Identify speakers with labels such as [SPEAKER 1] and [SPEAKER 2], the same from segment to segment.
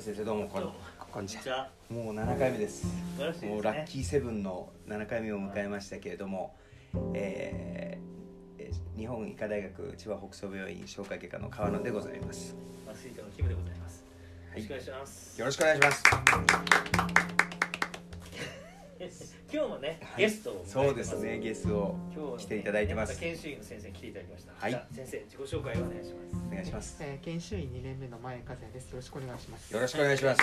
[SPEAKER 1] 先生どうもこん
[SPEAKER 2] どうも
[SPEAKER 1] こんに
[SPEAKER 2] じ
[SPEAKER 1] ちは
[SPEAKER 2] ゃ
[SPEAKER 1] もう7回目です
[SPEAKER 2] 素晴らしいですね
[SPEAKER 1] もうラッキーセブンの7回目を迎えましたけれども、えーえー日本医科大学千葉北総病院消化外科の川野でございます
[SPEAKER 2] あアスリートのキムでございます。
[SPEAKER 1] はい
[SPEAKER 2] よろしくお願いします。
[SPEAKER 1] よろしくお願いします
[SPEAKER 2] 今日もね、
[SPEAKER 1] はい
[SPEAKER 2] ゲストを迎えてます
[SPEAKER 1] そうですね。ゲストを
[SPEAKER 2] 今日はね
[SPEAKER 1] 来ていただいてます
[SPEAKER 2] 山田研修医の先生に来ていただきました。
[SPEAKER 1] はい
[SPEAKER 2] じゃあ先生自己紹介をお願いします。
[SPEAKER 1] お願いします
[SPEAKER 3] えー研修医2年目の前風です。よろしくお願いします。
[SPEAKER 1] よろしくお願いします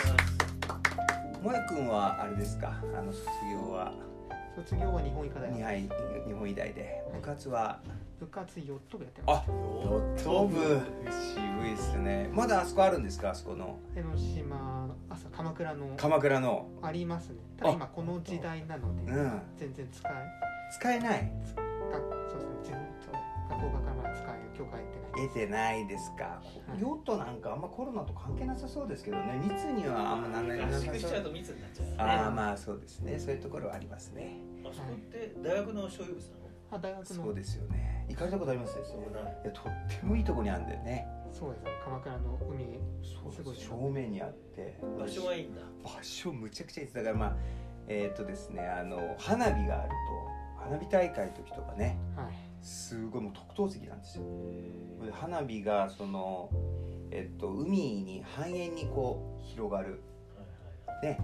[SPEAKER 1] 萌え君はあれですかあの卒業は
[SPEAKER 3] 卒業は日本医科大
[SPEAKER 1] 2
[SPEAKER 3] 学。
[SPEAKER 1] 杯日本医大で部活は
[SPEAKER 3] 部活ヨット部やってます。
[SPEAKER 1] あヨット部渋いですねまだあそこあるんですかあそこの
[SPEAKER 3] 広島、朝鎌倉の
[SPEAKER 1] 鎌倉の
[SPEAKER 3] ありますね。ただ今この時代なの
[SPEAKER 1] う
[SPEAKER 3] で、
[SPEAKER 1] ん
[SPEAKER 3] 全然使え、
[SPEAKER 1] 使えない
[SPEAKER 3] 学そうですね。全然学校がからまだ使える許可得てない。
[SPEAKER 1] 得てないですか
[SPEAKER 3] い
[SPEAKER 1] ヨットなんかあんまコロナと関係なさそうですけどね密にはあんまなんないな
[SPEAKER 2] 合
[SPEAKER 1] さ
[SPEAKER 2] 宿し
[SPEAKER 1] そ
[SPEAKER 2] ちゃう
[SPEAKER 1] う
[SPEAKER 2] と密になっちゃう、ね。
[SPEAKER 1] ああまあそうですねそういうところはありますね
[SPEAKER 2] あそこって大学の所有物なの？
[SPEAKER 3] あ、大学の
[SPEAKER 1] そうですよね行かれたことあります
[SPEAKER 2] そう
[SPEAKER 1] い
[SPEAKER 2] ない。
[SPEAKER 1] やとってもいいとこにあるんだよね
[SPEAKER 3] そうですね。鎌倉の海。
[SPEAKER 1] そう
[SPEAKER 3] すごい
[SPEAKER 1] 正面にあって
[SPEAKER 2] 場所はいいんだ。
[SPEAKER 1] 場所むちゃくちゃいいですだからまあえーっ、とですねあの花火があると花火大会の時とかね
[SPEAKER 3] はい。
[SPEAKER 1] すごいもう特等席なんですよで花火がそのえっと海に半円にこう広がるね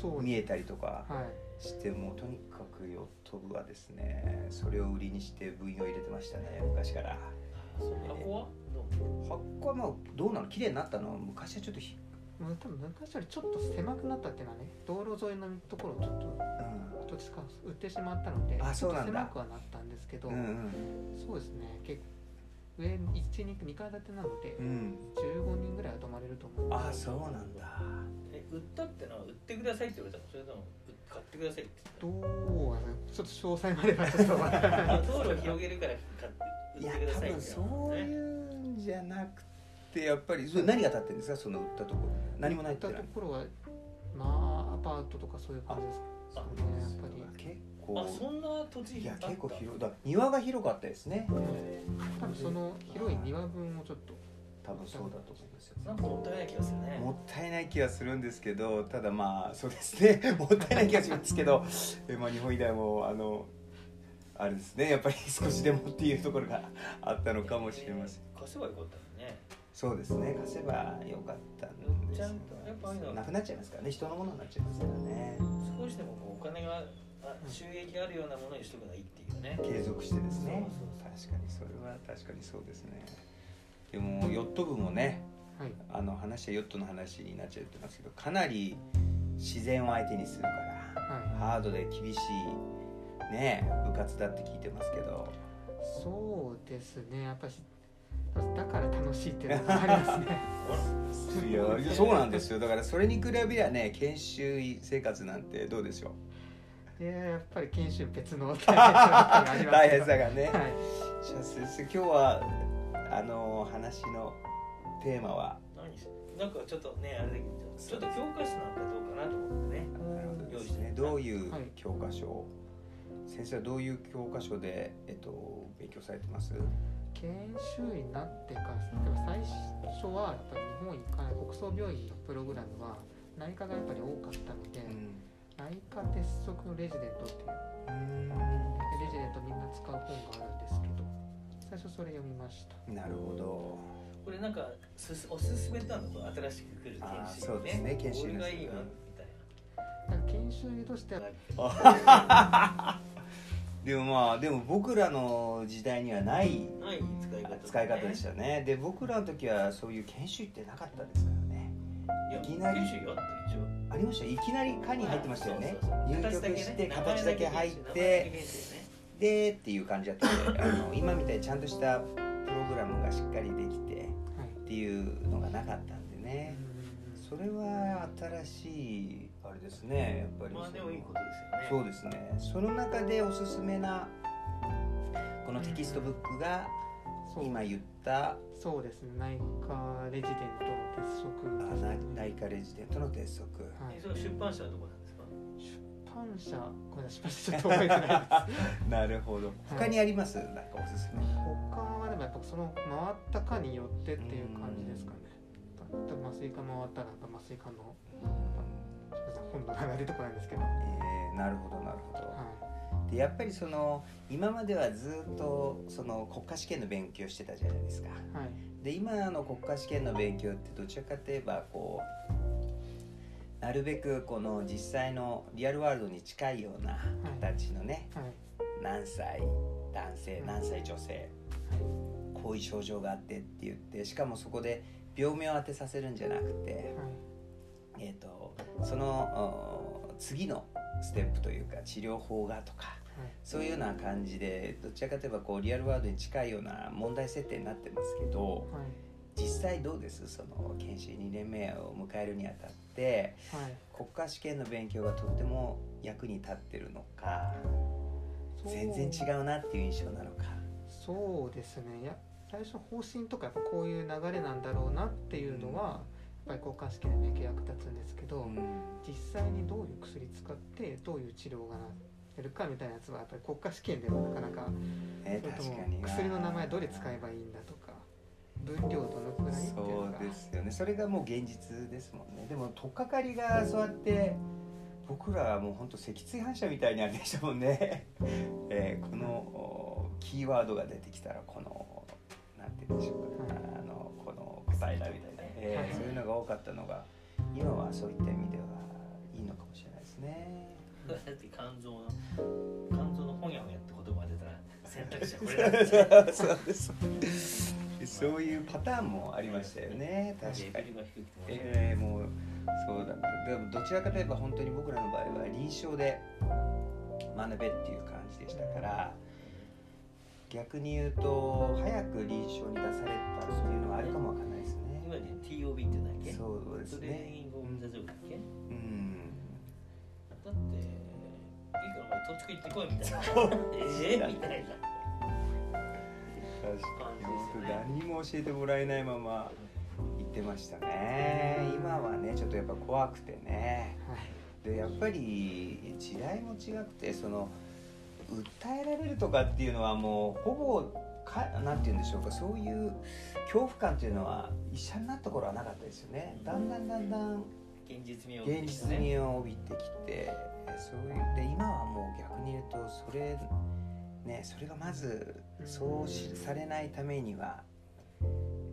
[SPEAKER 3] そう
[SPEAKER 1] 見
[SPEAKER 3] です。
[SPEAKER 1] えたりとか
[SPEAKER 3] はい。
[SPEAKER 1] してもうとにかくヨット部はですねそれを売りにして部員を入れてましたね昔から
[SPEAKER 2] その箱は？どうも
[SPEAKER 1] 箱はまあどうなの綺麗になったの昔はちょっとひ、
[SPEAKER 3] もう多分昔よりちょっと狭くなったっていうのはね、道路沿いのところをちょっと
[SPEAKER 1] う
[SPEAKER 3] どっちか売ってしまったので、
[SPEAKER 1] あそうなんだ
[SPEAKER 3] ちょっと狭くはなったんですけど。
[SPEAKER 1] ん、うん
[SPEAKER 3] そうですね結構上一二二階建てなので、
[SPEAKER 1] うんうん
[SPEAKER 3] 15人ぐらいは泊まれると思う
[SPEAKER 1] ああそうなんだ
[SPEAKER 2] え売ったってのは売ってくださいって言われたの？それとも売買ってくださいって
[SPEAKER 3] どうはちょっと詳細まではちょっとわから
[SPEAKER 2] 言った
[SPEAKER 3] ない
[SPEAKER 2] の？道路を広げるから買って
[SPEAKER 1] い
[SPEAKER 2] 売っ
[SPEAKER 1] や
[SPEAKER 2] てくだ
[SPEAKER 1] 多
[SPEAKER 2] さいって言われたのね。
[SPEAKER 1] 分そういうんじゃなくてやっぱりそれ何が立ってるんですかその売ったところ何もないって
[SPEAKER 3] 行
[SPEAKER 1] な
[SPEAKER 3] った
[SPEAKER 1] い
[SPEAKER 3] ところはまあアパートとかそういう感じです
[SPEAKER 2] あ
[SPEAKER 3] そうねやっぱり
[SPEAKER 1] 結
[SPEAKER 2] あ
[SPEAKER 1] 構
[SPEAKER 2] そんな土地
[SPEAKER 1] いや
[SPEAKER 2] あった
[SPEAKER 1] 結構広いだから庭が広かったですね
[SPEAKER 2] へ
[SPEAKER 3] 多分その広い庭分をちょっと
[SPEAKER 1] 多分そうだと思いますよ
[SPEAKER 2] ーなんかもったいない気がするね
[SPEAKER 1] もったいない気はするんですけどただまあそうですね もったいない気はしますけどえ、まあ、日本医大もあのあれですねやっぱり少しでもっていうところがあったのかもしれません、
[SPEAKER 2] ん貸せばよかったのね
[SPEAKER 1] そうですね貸せばよかったんですけ
[SPEAKER 2] うっちゃんやっぱああいうの
[SPEAKER 1] ど
[SPEAKER 2] は
[SPEAKER 1] なくなっちゃいますからね人のものになっちゃいますからね
[SPEAKER 2] 少しでもこうお金があ収益があるようなものにしとくのがいいっていうね
[SPEAKER 1] 継続してですね
[SPEAKER 2] そう
[SPEAKER 1] 確かにそれは確かにそうですねでもヨット部もね
[SPEAKER 3] はい
[SPEAKER 1] あの話はヨットの話になっちゃってますけどかなり自然を相手にするから
[SPEAKER 3] は
[SPEAKER 1] ハードで厳しいね部活だって聞いてますけど
[SPEAKER 3] いそうですねやっぱしだから楽しいっていうのがあります ね
[SPEAKER 1] いやそうなんですよだからそれに比べりゃね研修医生活なんてどうでしょ う
[SPEAKER 3] いややっぱり研修別の大変さがあり ます
[SPEAKER 1] 大変
[SPEAKER 3] け
[SPEAKER 1] さがね
[SPEAKER 3] どはい
[SPEAKER 1] じゃあ先生今日はあの話のテーマは
[SPEAKER 2] 何しなんかちょっとねあれだけどちょっと教科書なんかどうかなと思ってね
[SPEAKER 1] なるほどですねどういう
[SPEAKER 3] はい
[SPEAKER 1] 教科書を先生はどういう教科書で、えっと、勉強されてます
[SPEAKER 3] 研修医になってからでも最初はやっぱり日本医科大北総病院のプログラムは内科がやっぱり多かったので、
[SPEAKER 1] うん
[SPEAKER 3] 内科鉄則のレジデントっていうでレジデントみんな使う本があるんですけど最初それ読みました
[SPEAKER 1] なるほど
[SPEAKER 2] これなんかすすおすすめなのこれ新しく来る研
[SPEAKER 1] あー
[SPEAKER 2] 修
[SPEAKER 1] そうですね研修医
[SPEAKER 2] これ
[SPEAKER 1] の
[SPEAKER 2] が
[SPEAKER 1] 人
[SPEAKER 2] いいわみたい
[SPEAKER 3] だから研修医としては
[SPEAKER 2] な
[SPEAKER 1] でもまあでも僕らの時代にはない
[SPEAKER 2] ない使い方、
[SPEAKER 1] 使い方でしたねで僕らの時はそういう研修医ってなかったですからね
[SPEAKER 2] いや
[SPEAKER 1] いきなり
[SPEAKER 2] 研修医あった一応
[SPEAKER 1] ありましたよいきなり科に入ってましたよね
[SPEAKER 2] そうそうそう
[SPEAKER 1] 入局して形
[SPEAKER 2] 形だ
[SPEAKER 1] だ
[SPEAKER 2] け
[SPEAKER 1] け
[SPEAKER 2] ね
[SPEAKER 1] 入っ
[SPEAKER 2] 名前だけ
[SPEAKER 1] て
[SPEAKER 2] 研修医ね
[SPEAKER 1] でっていう感じだったのであの今みたいにちゃんとしたプログラムがしっかりできて
[SPEAKER 3] はい
[SPEAKER 1] っていうのがなかったんでね
[SPEAKER 3] う
[SPEAKER 1] それは新しいあれですねやっぱり
[SPEAKER 2] まあ
[SPEAKER 1] そ
[SPEAKER 2] で
[SPEAKER 1] の
[SPEAKER 2] もいいことです
[SPEAKER 1] そ
[SPEAKER 2] よね
[SPEAKER 1] うですねその中でおすすめなこのテキストブックが
[SPEAKER 3] そう
[SPEAKER 1] 今言った
[SPEAKER 3] そうですね内科レジデントの鉄
[SPEAKER 1] あ
[SPEAKER 3] 則
[SPEAKER 1] な内科レジデントの鉄則
[SPEAKER 3] はい
[SPEAKER 2] それは出版社のとこなんですか
[SPEAKER 3] 出版社ごめんなさい出版社ちょっと覚えてないです
[SPEAKER 1] なるほど他にありますなんかおすすめ
[SPEAKER 3] 他はでもやっぱその回ったかによってっていう感じですかね。多分麻酔科回ったらなんか麻酔科の本棚が出てこないんですけど、はい、
[SPEAKER 1] えーなるほどなるほど、でやっぱりその今まではずっとその国家試験の勉強してたじゃないですか
[SPEAKER 3] はい、
[SPEAKER 1] で今の国家試験の勉強ってどちらかといえばこうなるべくこの実際のリアルワールドに近いような形のね、
[SPEAKER 3] はい、
[SPEAKER 1] 何歳男性何歳女性こういう症状があってって言ってしかもそこで病名を当てさせるんじゃなくて、
[SPEAKER 3] はい、
[SPEAKER 1] えー、とそのお次のステップというか治療法がとか
[SPEAKER 3] はい、
[SPEAKER 1] そういうような感じでどちらかといえばこうリアルワールドに近いような問題設定になってますけど
[SPEAKER 3] はい、
[SPEAKER 1] 実際どうですその研修2年目を迎えるにあたって
[SPEAKER 3] はい、
[SPEAKER 1] 国家試験の勉強がとっても役に立ってるのか
[SPEAKER 3] そう
[SPEAKER 1] 全然違うなっていう印象なのか。
[SPEAKER 3] そうですねいや最初方針とかやっぱこういう流れなんだろうなっていうのは、やっぱり交換式で免疫役立つんですけど、実際にどういう薬使ってどういう治療がなやるかみたいなやつはやっぱり国家試験ではなかなか
[SPEAKER 1] ね
[SPEAKER 3] それと
[SPEAKER 1] 確
[SPEAKER 3] も
[SPEAKER 1] かにな
[SPEAKER 3] 薬の名前どれ使えばいいんだとか分量どのくらいっていう
[SPEAKER 1] そ
[SPEAKER 3] のが
[SPEAKER 1] うですよねそれがもう現実ですもんねでも取っかかりがそうやって僕らはもうほんと脊椎反射みたいにあれでしたもんね、 えーこのおキーワードが出てきたらこのなんて言うんでしょうか、あのこの答えだみたいな、えー
[SPEAKER 3] はい
[SPEAKER 1] そういうのが多かったのが今はそういった意味ではいいのかもしれないですね。
[SPEAKER 2] だって肝臓の肝臓の本やほやって言葉が出たら選択肢はこれだ っ て
[SPEAKER 1] そうですそういうパターンもありましたよね確か
[SPEAKER 2] レ
[SPEAKER 1] に
[SPEAKER 2] ベ。ルが低くてもね
[SPEAKER 1] えー、もうそうだったでもどちらかといえば本当に僕らの場合は臨床で学べっていう感じでしたから逆に言うと早く臨床に出されたっていうのはあるかもわかんないですね
[SPEAKER 2] 今ね TOB って何だっけ
[SPEAKER 1] そうです
[SPEAKER 2] トレーニ
[SPEAKER 1] ね
[SPEAKER 2] ングオブザジョブだっけ
[SPEAKER 1] うん
[SPEAKER 2] だっていいからお前とっつく行ってこいみたいなええみたいな
[SPEAKER 1] 確
[SPEAKER 2] かに
[SPEAKER 1] 僕何も教えてもらえないまま行ってましたね今はねちょっとやっぱ怖くてね
[SPEAKER 3] はい
[SPEAKER 1] でやっぱり時代も違くてその訴えられるとかっていうのはもうほぼかなんて言うんでしょうかそういう恐怖感っていうのは医者になった頃はなかったですよねだんだんだんだん
[SPEAKER 2] 現実味を
[SPEAKER 1] 現実味を帯びてきてそういうで今はもう逆に言うとそれねそれがまずそうしされないためには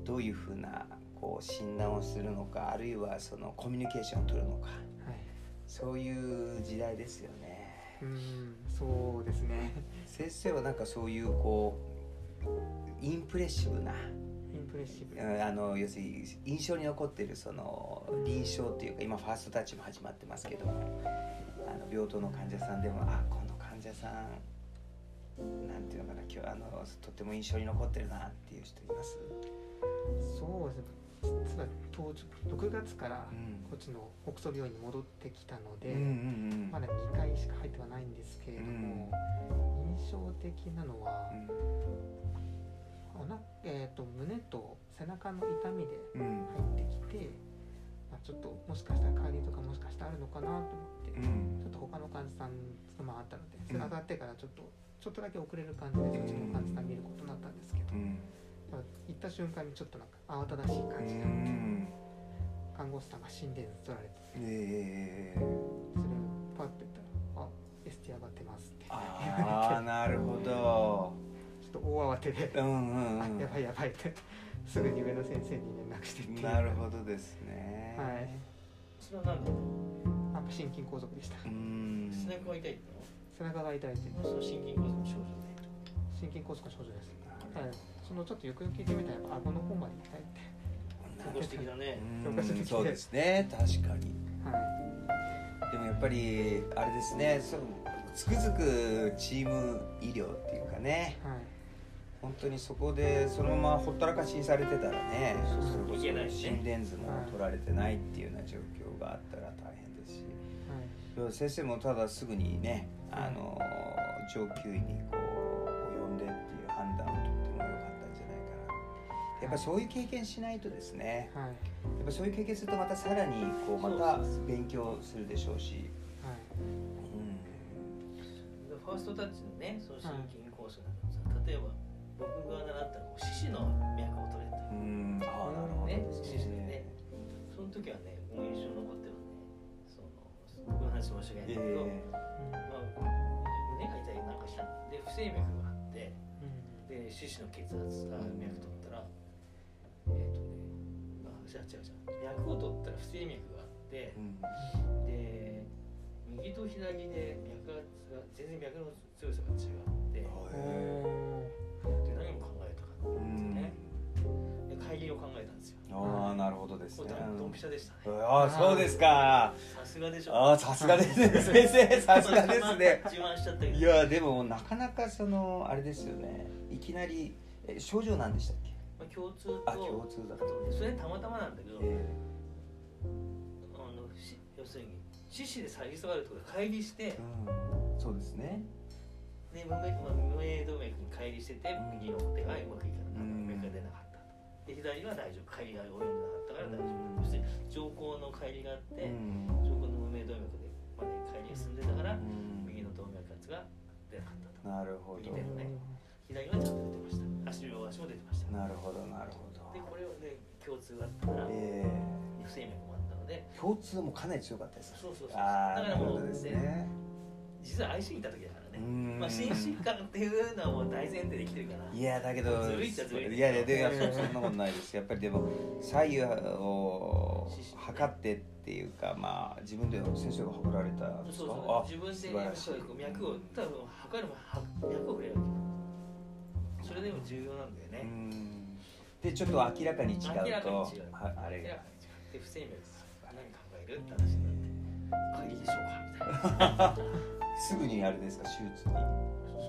[SPEAKER 1] どういうふうなこう診断をするのかあるいはそのコミュニケーションを取るのか。
[SPEAKER 3] はい
[SPEAKER 1] そういう時代ですよね
[SPEAKER 3] うーんそうですね
[SPEAKER 1] 先生はなんかそういうこうインプレッシブな
[SPEAKER 3] インプレッシブ
[SPEAKER 1] うんあの要するに印象に残ってるその臨床というか今ファーストタッチも始まってますけどあの病棟の患者さんでもあこの患者さんなんていうのかな今日あのとっても印象に残ってるなっていう人います、
[SPEAKER 3] そうですね実は当時6月から
[SPEAKER 1] うん
[SPEAKER 3] こっちの北総病院に戻ってきたの
[SPEAKER 1] うん
[SPEAKER 3] で、
[SPEAKER 1] うんうん
[SPEAKER 3] まだ2回しか入ってはないんですけれども、印象的なのは、おなえー、と胸と背中の痛みで
[SPEAKER 1] うんうん
[SPEAKER 3] 入ってきて、まあ、ちょっともしかしたらカーリーとかもしかしたらあるのかなと思って、
[SPEAKER 1] うん
[SPEAKER 3] ちょっと他の患者さんと回ったので
[SPEAKER 1] うん
[SPEAKER 3] 上がってからちょっとちょっとだけ遅れる感じでそっちの患者さん見ることになったんですけど、
[SPEAKER 1] うん
[SPEAKER 3] まあ行った瞬間にちょっとなんか慌ただしい感じに
[SPEAKER 1] う
[SPEAKER 3] なって、
[SPEAKER 1] ん
[SPEAKER 3] 看護師さんが心電図取られて
[SPEAKER 1] ええ
[SPEAKER 3] それをパッと言ったら「あ ST 上がってます」って
[SPEAKER 1] ああなるほど
[SPEAKER 3] ちょっと大慌てで。
[SPEAKER 1] うんうん
[SPEAKER 3] あ
[SPEAKER 1] うん
[SPEAKER 3] やばいやばいってすぐに上の先生に連絡してっていう
[SPEAKER 1] なるほどですね
[SPEAKER 3] はい
[SPEAKER 2] それは何だろ
[SPEAKER 3] あ心筋梗塞でした
[SPEAKER 1] うーん
[SPEAKER 2] う背中が痛いって
[SPEAKER 3] 背中が痛いって
[SPEAKER 2] のその心筋梗塞の症状
[SPEAKER 3] 心筋梗塞の症状ですはいそのちょっとよくよく聞いてみたらやっぱ顎の方まで痛いって
[SPEAKER 2] で強行的だね
[SPEAKER 1] うーんそうですね確かに
[SPEAKER 3] はい
[SPEAKER 1] でもやっぱりあれですねそうつくづくチーム医療っていうかね
[SPEAKER 3] はい
[SPEAKER 1] 本当にそこでそのままほったらかしにされてたらね
[SPEAKER 3] そうそう
[SPEAKER 1] れこそ
[SPEAKER 2] いけないしね
[SPEAKER 1] 心電図も取られてないっていうような状況があったら大変ですし先生もただすぐにねあの上級医にこう呼んでっていう判断をとっても良かったんじゃないかなやっぱそういう経験しないとですね
[SPEAKER 3] はいはい
[SPEAKER 1] やっぱそういう経験するとまたさらにこうまた勉強するでしょうし、
[SPEAKER 3] はい
[SPEAKER 1] うん、
[SPEAKER 2] でファーストタッチのねその心筋梗塞なんかもさ例えば僕が習ったこう四肢の脈を取れたり
[SPEAKER 1] うん、ああなるほど
[SPEAKER 2] ね
[SPEAKER 1] です
[SPEAKER 2] 四肢で
[SPEAKER 1] ね。
[SPEAKER 2] ねこ時はねもう印象残ってるんでそのこの話申し訳ないんだ
[SPEAKER 1] え
[SPEAKER 2] けど、まあ、胸が痛いなんかしたで不整脈があって
[SPEAKER 3] うん
[SPEAKER 2] で四肢の血圧が脈取ったらえっ、とねあ違う違う違う脈を取ったら不整脈があって
[SPEAKER 1] えうん
[SPEAKER 2] で右と左で脈が全然脈の強さが違って
[SPEAKER 1] へ
[SPEAKER 2] で何を考えたか
[SPEAKER 1] えうん
[SPEAKER 2] ねで帰りを考えたんですよ
[SPEAKER 1] ああなるほどです
[SPEAKER 2] こ
[SPEAKER 1] ね
[SPEAKER 2] れドンピシャでしたね
[SPEAKER 1] ああそうですか
[SPEAKER 2] さすがでしょ
[SPEAKER 1] ああさすがですね先生さすが ですね
[SPEAKER 2] 自慢しちゃったけど
[SPEAKER 1] いやでもなかなかそのあれですよねいきなりえ症状なんでしたっけ
[SPEAKER 2] まあ、共通と
[SPEAKER 1] あ共通だ
[SPEAKER 2] あとねそれたまたまなんだけど、
[SPEAKER 1] え
[SPEAKER 2] あのし要するに獅子で詐欺下がるところで乖離し
[SPEAKER 1] え、
[SPEAKER 2] て
[SPEAKER 1] うんそうですね
[SPEAKER 2] で無名まあ無名動脈に乖離してて
[SPEAKER 1] うん
[SPEAKER 2] 右の手がうまくいかな
[SPEAKER 1] う
[SPEAKER 2] かった
[SPEAKER 1] ん
[SPEAKER 2] 目が出なかったとで左は大丈夫乖離が及んでなかったから大丈
[SPEAKER 1] うん
[SPEAKER 2] 夫そして上行の乖離があって、
[SPEAKER 1] うん
[SPEAKER 2] 上行の無名動脈でまで乖離が進んでたから、
[SPEAKER 1] うん
[SPEAKER 2] 右の動脈圧が出なかったと
[SPEAKER 1] なるほど
[SPEAKER 2] 右手のね左はちゃんと出てました足両足も出てました
[SPEAKER 1] なるほどなるほ
[SPEAKER 2] でこ
[SPEAKER 1] ど
[SPEAKER 2] れをね共通があったから
[SPEAKER 1] え
[SPEAKER 2] 不整脈もあったので
[SPEAKER 1] え共通もかなり強かったです
[SPEAKER 2] そうそうそう
[SPEAKER 1] ああな
[SPEAKER 2] だから
[SPEAKER 1] る
[SPEAKER 2] も
[SPEAKER 1] ほ
[SPEAKER 2] う
[SPEAKER 1] どですね
[SPEAKER 2] 実は IC にいた時だから
[SPEAKER 1] う
[SPEAKER 2] ね
[SPEAKER 1] ん
[SPEAKER 2] まあ、心身感っていうのはもう大前提できてるから。
[SPEAKER 1] いやだけど
[SPEAKER 2] ずるいっちゃずるい
[SPEAKER 1] やいやでやっぱそんなことないですやっぱりでも左右を測ってっていうかまあ自分で先生が測られたん
[SPEAKER 2] そう
[SPEAKER 1] です
[SPEAKER 2] そう
[SPEAKER 1] か
[SPEAKER 2] そ
[SPEAKER 1] あ
[SPEAKER 2] う自分
[SPEAKER 1] 素
[SPEAKER 2] で
[SPEAKER 1] 晴らしい
[SPEAKER 2] こう脈を多分測るもは脈を触れるわけそれでも重要なんだよ
[SPEAKER 1] う
[SPEAKER 2] ね
[SPEAKER 1] んでちょっと明らかに違うと
[SPEAKER 2] 明らか
[SPEAKER 1] はあ
[SPEAKER 2] に違う
[SPEAKER 1] れ
[SPEAKER 2] 明らか
[SPEAKER 1] が
[SPEAKER 2] に違うで不整脈何考えるって話になって限りでしょうか みたいな
[SPEAKER 1] すぐにあれですか手術に
[SPEAKER 2] そんなこと覚えてない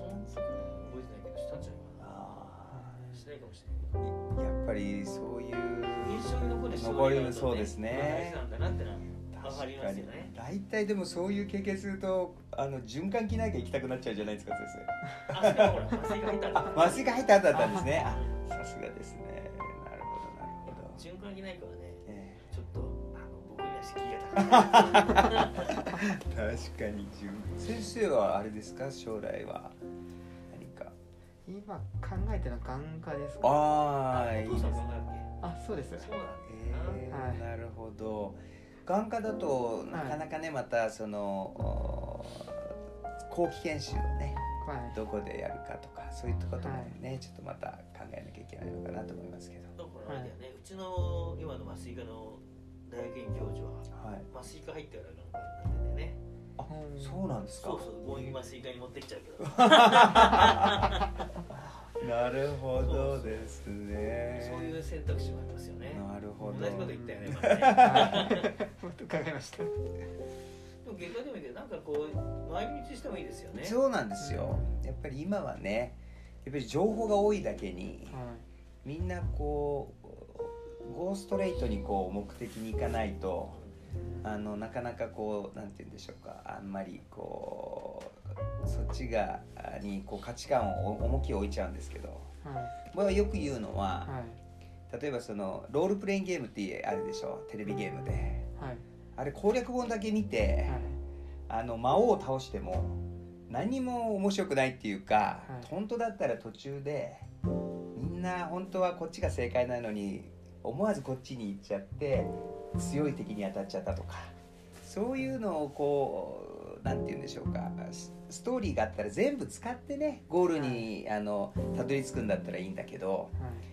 [SPEAKER 2] けどしたんじゃないか
[SPEAKER 1] あ
[SPEAKER 2] なしてないかもしれない
[SPEAKER 1] あやっぱりそういう
[SPEAKER 2] 印象に残る人
[SPEAKER 1] 残るそうです
[SPEAKER 2] 大
[SPEAKER 1] ね
[SPEAKER 2] 事なんだなってのは分かりま
[SPEAKER 1] 確
[SPEAKER 2] す
[SPEAKER 1] か
[SPEAKER 2] よね
[SPEAKER 1] に大体でもそういう経験するとあの循環器内科行きたくなっちゃうじゃないですか先生
[SPEAKER 2] あそこはほら麻酔が入ったんだ
[SPEAKER 1] あ麻酔が入った後だったんですね。あさすがですね。なるほどなるほど。
[SPEAKER 2] 循環器内科はね
[SPEAKER 1] え
[SPEAKER 2] ちょっとあの僕には敷居が高
[SPEAKER 1] え確か
[SPEAKER 2] い
[SPEAKER 1] に準先生はあれですか将来は何か。
[SPEAKER 3] 今考えてるのは眼科ですか
[SPEAKER 1] ああいい
[SPEAKER 2] お
[SPEAKER 1] です
[SPEAKER 2] 父さん
[SPEAKER 1] ね。
[SPEAKER 2] 考
[SPEAKER 3] あそうです
[SPEAKER 2] えるっけそうなんだよ
[SPEAKER 1] え
[SPEAKER 3] はい
[SPEAKER 1] えなるほど。眼科だとなかなかねまたそのお後期研修をね
[SPEAKER 3] はい
[SPEAKER 1] どこでやるかとかそういったこともねちょっとまた考えなきゃいけないのかなと思いますけど。
[SPEAKER 2] だからあれだよね、うちの今の麻酔科の大学院教授は
[SPEAKER 1] はい。
[SPEAKER 2] 麻酔科入ってからなんかなんでね
[SPEAKER 1] あそうなんですか。
[SPEAKER 2] そうそう強引麻酔科に持ってきちゃうけど、
[SPEAKER 1] なるほどですね。
[SPEAKER 2] そういう選択肢もありますよね
[SPEAKER 1] なるほ
[SPEAKER 2] 同
[SPEAKER 1] ど。
[SPEAKER 2] じこと言ったよね今
[SPEAKER 3] は
[SPEAKER 2] ね
[SPEAKER 3] いもっと考えました
[SPEAKER 2] でも外科でもいいけどなんかこう毎日してもいいですよね
[SPEAKER 1] そうなんですよ。やっぱり今はね、やっぱり情報が多いだけに、
[SPEAKER 3] は
[SPEAKER 1] みんなこうゴーストレートにこう目的に行かないと、あのなかなかこうなんて言うんでしょうか、あんまりこうそっちがにこう価値観を重きを置いちゃうんですけど、
[SPEAKER 3] いはい
[SPEAKER 1] 僕はよく言うのは、
[SPEAKER 3] はい
[SPEAKER 1] 例えばそのロールプレイングゲームってあるでしょ、テレビゲームで。
[SPEAKER 3] はい
[SPEAKER 1] あれ攻略本だけ見て、
[SPEAKER 3] はい
[SPEAKER 1] あの魔王を倒しても何も面白くないっていうか、
[SPEAKER 3] はい
[SPEAKER 1] 本当だったら途中でみんな本当はこっちが正解なのに思わずこっちに行っちゃって強い敵に当たっちゃったとかそういうのをこうなんて言うんでしょうかスストーリーがあったら全部使ってねゴールに、あのたどり着くんだったらいいんだけど
[SPEAKER 3] はい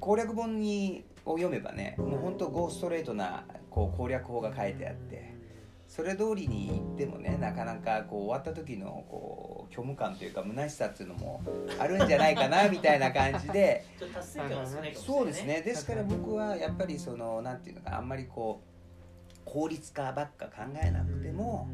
[SPEAKER 1] 攻略本にを読めばねもう本当ゴーストレートなこう攻略法が書いてあって。それ通りに行ってもねなかなかこう終わった時のこう虚無感というか虚しさっていうのもあるんじゃないかなみたいな感じ で
[SPEAKER 2] ちょっと達成感は少ないかもしれない、ね、
[SPEAKER 1] そうですねですから僕はやっぱりそのなんていうのかあんまりこう効率化ばっか考えなくても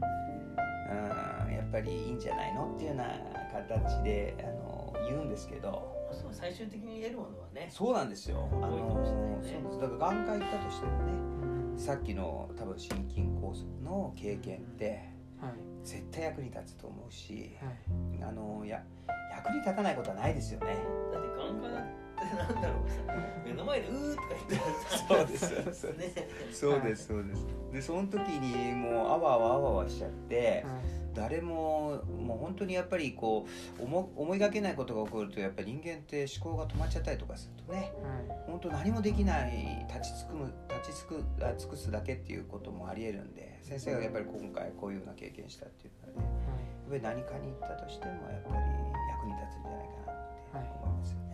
[SPEAKER 1] うんやっぱりいいんじゃないのっていうような形であの言うんですけど
[SPEAKER 2] まあそう最終的に得るものはね
[SPEAKER 1] そうなんですよ。あ
[SPEAKER 2] 多い
[SPEAKER 1] の
[SPEAKER 2] かもしれないね
[SPEAKER 1] そうですだから眼科行ったとしてもね
[SPEAKER 3] うん
[SPEAKER 1] さっきの多分心筋梗塞の経験って
[SPEAKER 3] はい
[SPEAKER 1] 絶対役に立つと思うし。
[SPEAKER 3] はい
[SPEAKER 1] あのや役に立たないことはないですよね。
[SPEAKER 2] だって眼科だってなんだろうさ目の前で「うー」とか言ったらさ
[SPEAKER 1] そうですそう
[SPEAKER 2] ね
[SPEAKER 1] そうですそうです。でその時にもうあわあわあわあわしちゃって、
[SPEAKER 3] は
[SPEAKER 1] 誰ももう本当にやっぱりこう思思いがけないことが起こるとやっぱり人間って思考が止まっちゃったりとかするとね
[SPEAKER 3] はい
[SPEAKER 1] 本当何もできない立ちつくむ立ちつくあ尽くすだけっていうこともありえるんで先生がやっぱり今回こういうような経験したっていうのはねやっぱり何かに行ったとしてもやっぱり役に立つんじゃないかなって思いますよね。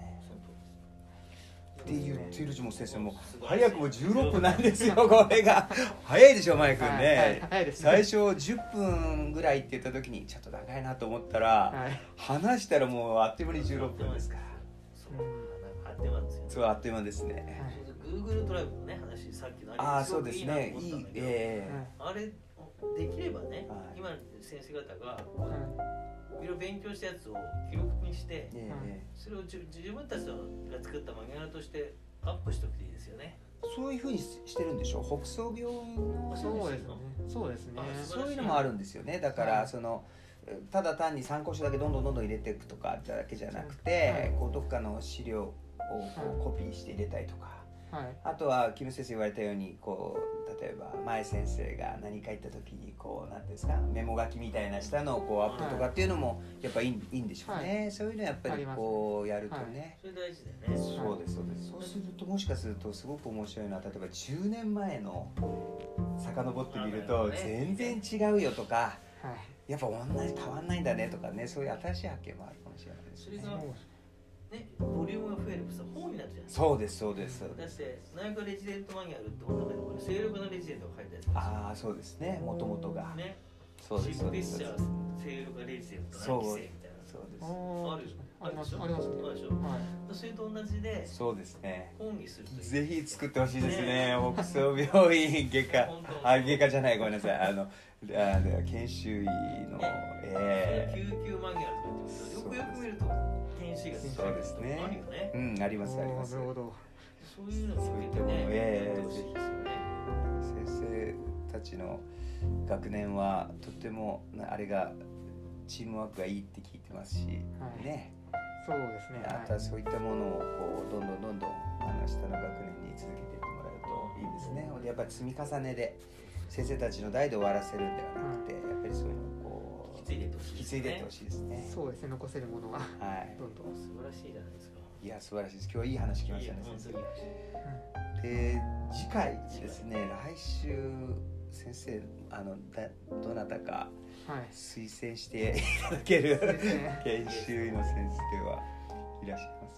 [SPEAKER 1] って言っているうちも先生も早くも16分なんですよ これが早いでしょマイ君
[SPEAKER 3] はいはい
[SPEAKER 1] ね。
[SPEAKER 3] 早いですね
[SPEAKER 1] 最初10分ぐらいって言った時にちょっと長いなと思ったら
[SPEAKER 3] はい
[SPEAKER 1] 話したらもうあっという間に16分ですから
[SPEAKER 2] そうなんかあっという間ですよね
[SPEAKER 1] そうあっという間ですね
[SPEAKER 3] は
[SPEAKER 2] Google ドライブのね話さっきのあれ
[SPEAKER 1] ああ
[SPEAKER 2] す
[SPEAKER 1] そ
[SPEAKER 2] ご
[SPEAKER 1] う
[SPEAKER 2] く
[SPEAKER 1] です
[SPEAKER 2] いいなと
[SPEAKER 1] ね
[SPEAKER 2] 思っ
[SPEAKER 1] い
[SPEAKER 2] たん
[SPEAKER 1] い
[SPEAKER 2] だ
[SPEAKER 1] え
[SPEAKER 2] けど
[SPEAKER 1] え
[SPEAKER 2] あれできればね、
[SPEAKER 1] はい
[SPEAKER 2] 今の先生方が
[SPEAKER 3] はいはい
[SPEAKER 2] いろいろ勉強したやつを記録にして
[SPEAKER 1] ええ
[SPEAKER 3] はい
[SPEAKER 1] ええ
[SPEAKER 2] それを自自分たちのが作ったマニュアルとしてアップしておくといいですよね
[SPEAKER 1] そういうふうにしてるんでしょ北総病院の
[SPEAKER 3] そうですねそうですね
[SPEAKER 2] あ
[SPEAKER 1] そういうのもあるんですよねだか
[SPEAKER 3] は
[SPEAKER 1] ら
[SPEAKER 3] い
[SPEAKER 1] そのえただ単に参考書だけどんどんどんどん入れていくとかだけじゃなくて、
[SPEAKER 3] はい
[SPEAKER 1] こうどっかの資料をこうコピーして入れたりとか。
[SPEAKER 3] はい
[SPEAKER 1] あとはキム先生言われたようにこう例えば前先生が何か言った時にこうなんていうんですかメモ書きみたいなしたのをこうアップとかっていうのもやっぱいい,、い、いんでしょうね、そういうのやっぱりこうやるとね、
[SPEAKER 2] それ大事だよね
[SPEAKER 1] そうですそうですそうするともしかするとすごく面白いのは例えば10年前の遡ってみると全然違うよとか
[SPEAKER 3] はい
[SPEAKER 1] やっぱ同じ変わんないんだねとかねそういう新しい発見もあるかもしれないです
[SPEAKER 2] それ
[SPEAKER 1] ね
[SPEAKER 2] が。ねボリュームが増えるとさ本になるじゃないですか
[SPEAKER 1] そうですそうですそう
[SPEAKER 2] だ
[SPEAKER 1] で
[SPEAKER 2] っ
[SPEAKER 1] す。
[SPEAKER 2] て内科レジデントマニュアルってものの中で精力のレジデントが書いてあるじゃない
[SPEAKER 1] ああそうですねもともとが。
[SPEAKER 2] ですかね
[SPEAKER 1] そうです
[SPEAKER 2] シ
[SPEAKER 1] そ
[SPEAKER 2] ッ
[SPEAKER 1] う
[SPEAKER 2] ク
[SPEAKER 1] で
[SPEAKER 2] リ
[SPEAKER 1] す。
[SPEAKER 2] ッ
[SPEAKER 1] そうです
[SPEAKER 2] チャー精力がレジデントの規制みたいな
[SPEAKER 1] そうです
[SPEAKER 3] おー
[SPEAKER 2] あるでしょ
[SPEAKER 3] あります
[SPEAKER 2] あ
[SPEAKER 3] あ
[SPEAKER 2] るで
[SPEAKER 3] ります
[SPEAKER 2] しょ
[SPEAKER 3] ね
[SPEAKER 2] あるでしょ
[SPEAKER 3] はい
[SPEAKER 2] それと同じで
[SPEAKER 1] そうですね。
[SPEAKER 2] 本にするという
[SPEAKER 1] ぜひ作ってほしいですね
[SPEAKER 2] ね。
[SPEAKER 1] 北総病院外科
[SPEAKER 2] 本当
[SPEAKER 1] あ外科じゃないごめんなさいあのあ研修医のええ
[SPEAKER 2] 救急マニュアルとか言ってますけどよくよく見ると研修医が出てく
[SPEAKER 1] そう
[SPEAKER 2] る
[SPEAKER 1] ですね
[SPEAKER 2] あるよね
[SPEAKER 1] うんありますあります
[SPEAKER 3] な
[SPEAKER 1] 先
[SPEAKER 3] るほど
[SPEAKER 2] そういうのも含めてね
[SPEAKER 1] ええ
[SPEAKER 2] やってほしいですよね
[SPEAKER 1] 生たちの学年はとてもなあれがチームワークがいいって聞いてますし
[SPEAKER 3] はい
[SPEAKER 1] ね
[SPEAKER 3] そうですね
[SPEAKER 1] あとはそういったものをこうどんどんどんどんあの下の学年に続けていってもらうといいですね。やっぱり積み重ねで先生たちの代で終わらせるんではなくて、やっぱりそういうのをこ
[SPEAKER 2] 引き
[SPEAKER 1] う
[SPEAKER 2] 継いでいってほしい
[SPEAKER 1] 引き
[SPEAKER 2] です
[SPEAKER 1] 継い
[SPEAKER 2] ね
[SPEAKER 1] でいってほしいですね。
[SPEAKER 3] そうですね残せるものは
[SPEAKER 1] はい。
[SPEAKER 3] どんどん、
[SPEAKER 2] 素晴らしいじゃないですか
[SPEAKER 1] いや素晴らしいです。今日はいい話聞きま
[SPEAKER 2] い
[SPEAKER 1] し
[SPEAKER 2] い
[SPEAKER 1] た
[SPEAKER 2] よ
[SPEAKER 1] ね
[SPEAKER 2] 本当
[SPEAKER 1] 先
[SPEAKER 2] に
[SPEAKER 1] 生。で次回ですね来週先生あのだどなたか
[SPEAKER 3] はい
[SPEAKER 1] 推薦していただける
[SPEAKER 3] そうですね
[SPEAKER 1] 研修医の先生はいらっしゃいます。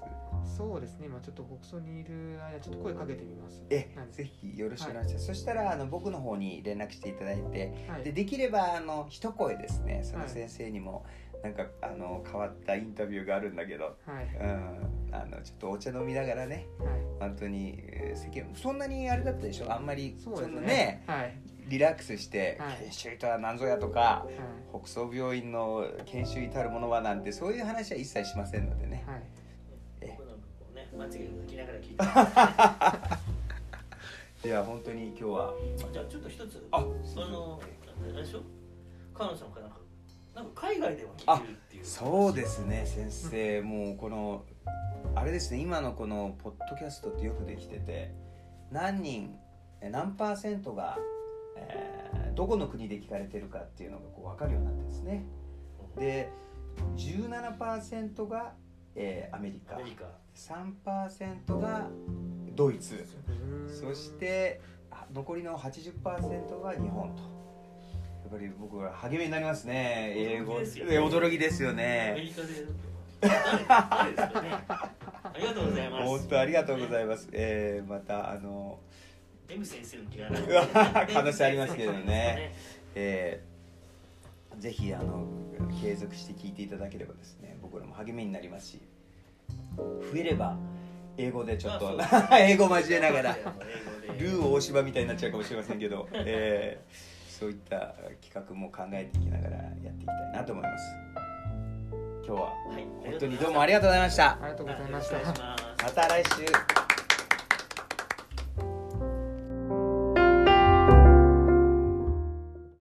[SPEAKER 3] そうですね今ちょっと北総にいる間ちょっと声かけてみます
[SPEAKER 1] え
[SPEAKER 3] はい
[SPEAKER 1] ぜひよろしくお願いします、そしたらあの僕の方に連絡していただいて
[SPEAKER 3] はい
[SPEAKER 1] でできればあの一声ですねその
[SPEAKER 3] はい
[SPEAKER 1] 先生にも、なんかあの変わったインタビューがあるんだけど、
[SPEAKER 3] はい
[SPEAKER 1] うん、あのちょっとお茶飲みながらね
[SPEAKER 3] はい
[SPEAKER 1] 本当に、えー世間そんなにあれだったでしょあんまり
[SPEAKER 3] そうです
[SPEAKER 1] んな
[SPEAKER 3] ね
[SPEAKER 1] ね
[SPEAKER 3] はい
[SPEAKER 1] リラックスして
[SPEAKER 3] はい
[SPEAKER 1] 「研修医とは何ぞや」とか
[SPEAKER 3] は
[SPEAKER 1] 「北総病院の研修医たるものは」なんてそういう話は一切しませんのでね
[SPEAKER 3] い、はい
[SPEAKER 1] え
[SPEAKER 2] 僕なんかこうね間違いを書きながら聞いてる
[SPEAKER 1] いや本当に今日は
[SPEAKER 2] じゃあちょっと一つ
[SPEAKER 1] あ
[SPEAKER 2] あのあれでしょ彼女さんかなんかなんか海外でも聞けるっていう
[SPEAKER 1] そうですね先生もうこのあれですね今のこのポッドキャストってよくできてて何人え何パーセントが、えーどこの国で聞かれてるかっていうのがこう分かるようになってですねで17%が、えーアメリ
[SPEAKER 2] ア
[SPEAKER 1] カ
[SPEAKER 2] メリカ
[SPEAKER 1] 3%がドイツ
[SPEAKER 3] うーん
[SPEAKER 1] そしてあ残りの80%が日本と。やっぱり僕は励みになりますね。英語
[SPEAKER 2] 驚きですよ
[SPEAKER 1] え驚きですよ
[SPEAKER 2] アメ
[SPEAKER 1] ね。
[SPEAKER 2] リカで誰誰ですかねありがとうございます
[SPEAKER 1] 本当ありがとうござい
[SPEAKER 2] ま
[SPEAKER 1] ます。えーまたあの、
[SPEAKER 2] す M 先生の嫌いな
[SPEAKER 1] うわ可能性ありますけどねえーぜひあの継続して聞いていただければですね、僕らも励みになりますし、増えれば英語でちょっと 英語交えながら
[SPEAKER 2] 英。語で
[SPEAKER 1] ルー大柴みたいになっちゃうかもしれませんけど、えーそういった企画も考えていきながらやっていきたいなと思います今日は
[SPEAKER 2] はい
[SPEAKER 1] 本当にどうもありがとうございました
[SPEAKER 3] ありがとうございまし
[SPEAKER 2] よろ
[SPEAKER 3] た
[SPEAKER 2] くお願いします
[SPEAKER 1] また来週